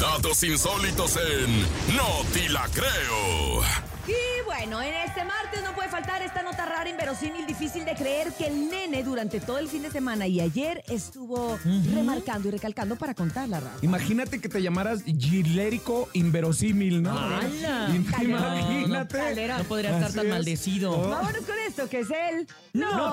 Datos insólitos en No Te La Creo. Y bueno, en este martes no puede faltar esta nota rara, inverosímil, difícil de creer que el nene durante todo el fin de semana y ayer estuvo remarcando y recalcando para contarla, Rafa. Imagínate que te llamaras Gilérico Inverosímil, ¿no? ¡Hala! Im- Calderón. Imagínate. Calderón. No podría estar Así tan es. Oh. maldecido. Vámonos con esto, que es el...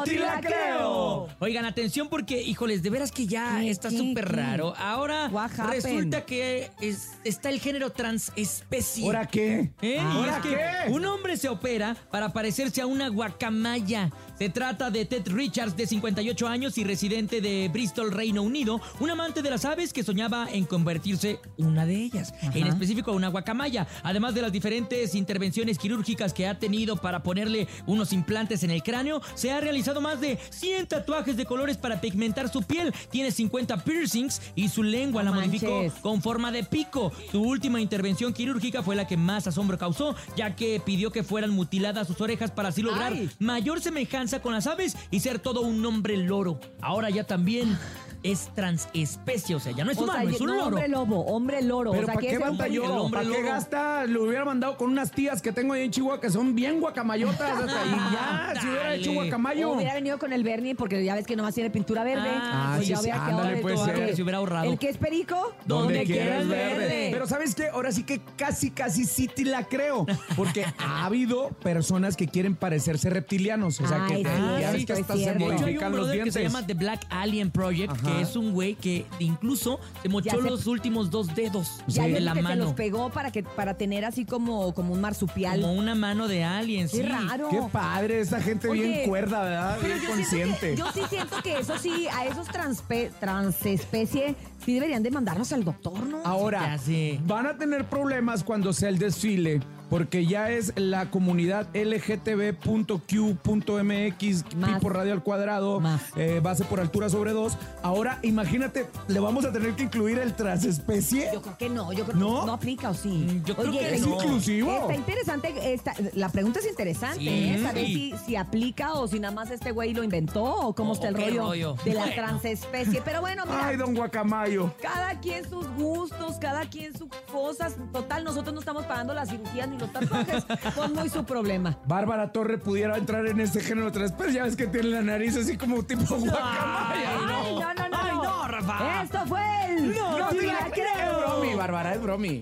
te la creo! Oigan, atención porque, híjoles, de veras que ya ¿Qué, está qué, súper qué? raro. Ahora What happened? resulta que es- está el género transespecie. ¿Ahora qué? ¿Eh? Y ¿Ahora es que qué? Un hombre se opera para parecerse a una guacamaya. Se trata de Ted Richards, de 58 años y residente de Bristol, Reino Unido, un amante de las aves que soñaba en convertirse una de ellas, en específico una guacamaya. Además de las diferentes intervenciones quirúrgicas que ha tenido para ponerle unos implantes en el cráneo, se ha realizado más de 100 tatuajes de colores para pigmentar su piel, tiene 50 piercings y su lengua No la modificó manches. con forma de pico. Su última intervención quirúrgica fue la que más asombro causó, ya que pidió que fueran mutiladas sus orejas para así lograr Ay. mayor semejanza con las aves y ser todo un hombre loro. Ahora ya también es transespecie, o sea, ya no es O sea, humano, es un no, loro. hombre lobo, hombre loro. ¿Pero o sea, para que qué es el el batalló? único. hombre ¿Para qué lobo. gasta? Lo hubiera mandado con unas tías que tengo ahí en Chihuahua que son bien guacamayotas. hasta- y ya, si hubiera hecho Dale. guacamayo. Hubiera venido con el Bernie porque ya ves que nomás tiene pintura verde. Ah, Pues sí, ya sí, hubiera quedado ándale, de puede todo. ser. Se hubiera ahorrado. El que es perico, Donde quieras verde. verde. Pero ¿sabes qué? Ahora sí que casi, casi sí te la creo. Porque ha habido personas que quieren parecerse reptilianos. O sea, Ah, que es te- ya cierto, ves que es hasta se cierto. De hecho, hay modifican un los brother que dientes. se llama The Black Alien Project, Ajá. que es un güey que incluso se Ya mochó se- los últimos dos dedos Ya hay de uno la que se los mano. pegó para que para tener así como, como un marsupial. Como una mano de alien, Qué sí. raro. Qué padre, esa gente Oye, bien cuerda, ¿verdad? Pero yo, bien siento consciente. que, yo sí siento que eso sí, a esos transpe- transespecie sí deberían de mandarnos al doctor, ¿no? Ahora, Ya sé. van a tener problemas cuando sea el desfile, porque ya es la comunidad LGTB.Q.MX, Más. pi por radio al cuadrado, Más. eh, base por altura sobre 2. Ahora, imagínate, le vamos a tener que incluir el transespecie. Yo creo que no, yo creo ¿No? que no aplica o sí. Mm, yo creo que es está- inclusivo. Está interesante, esta- la pregunta es interesante, Sí. ¿eh? Saber si, si aplica o si nada más este güey lo inventó o cómo O- está el o qué rollo, rollo. de la Bueno. transespecie. Pero bueno, mira. Ay, don Guacamayo. Cada quien sus gustos, cada quien sus cosas. Total, nosotros no estamos pagando las cirugías ni los tatuajes. Pues muy su problema. Bárbara Torre pudiera entrar en este género transespecie, ya ves que tiene la nariz así como tipo Ay, guacamaya. no. Ay, no, no, no. Ay, no, Rafa. Esto fue el. te la creo. Es bromi, Bárbara, es bromi.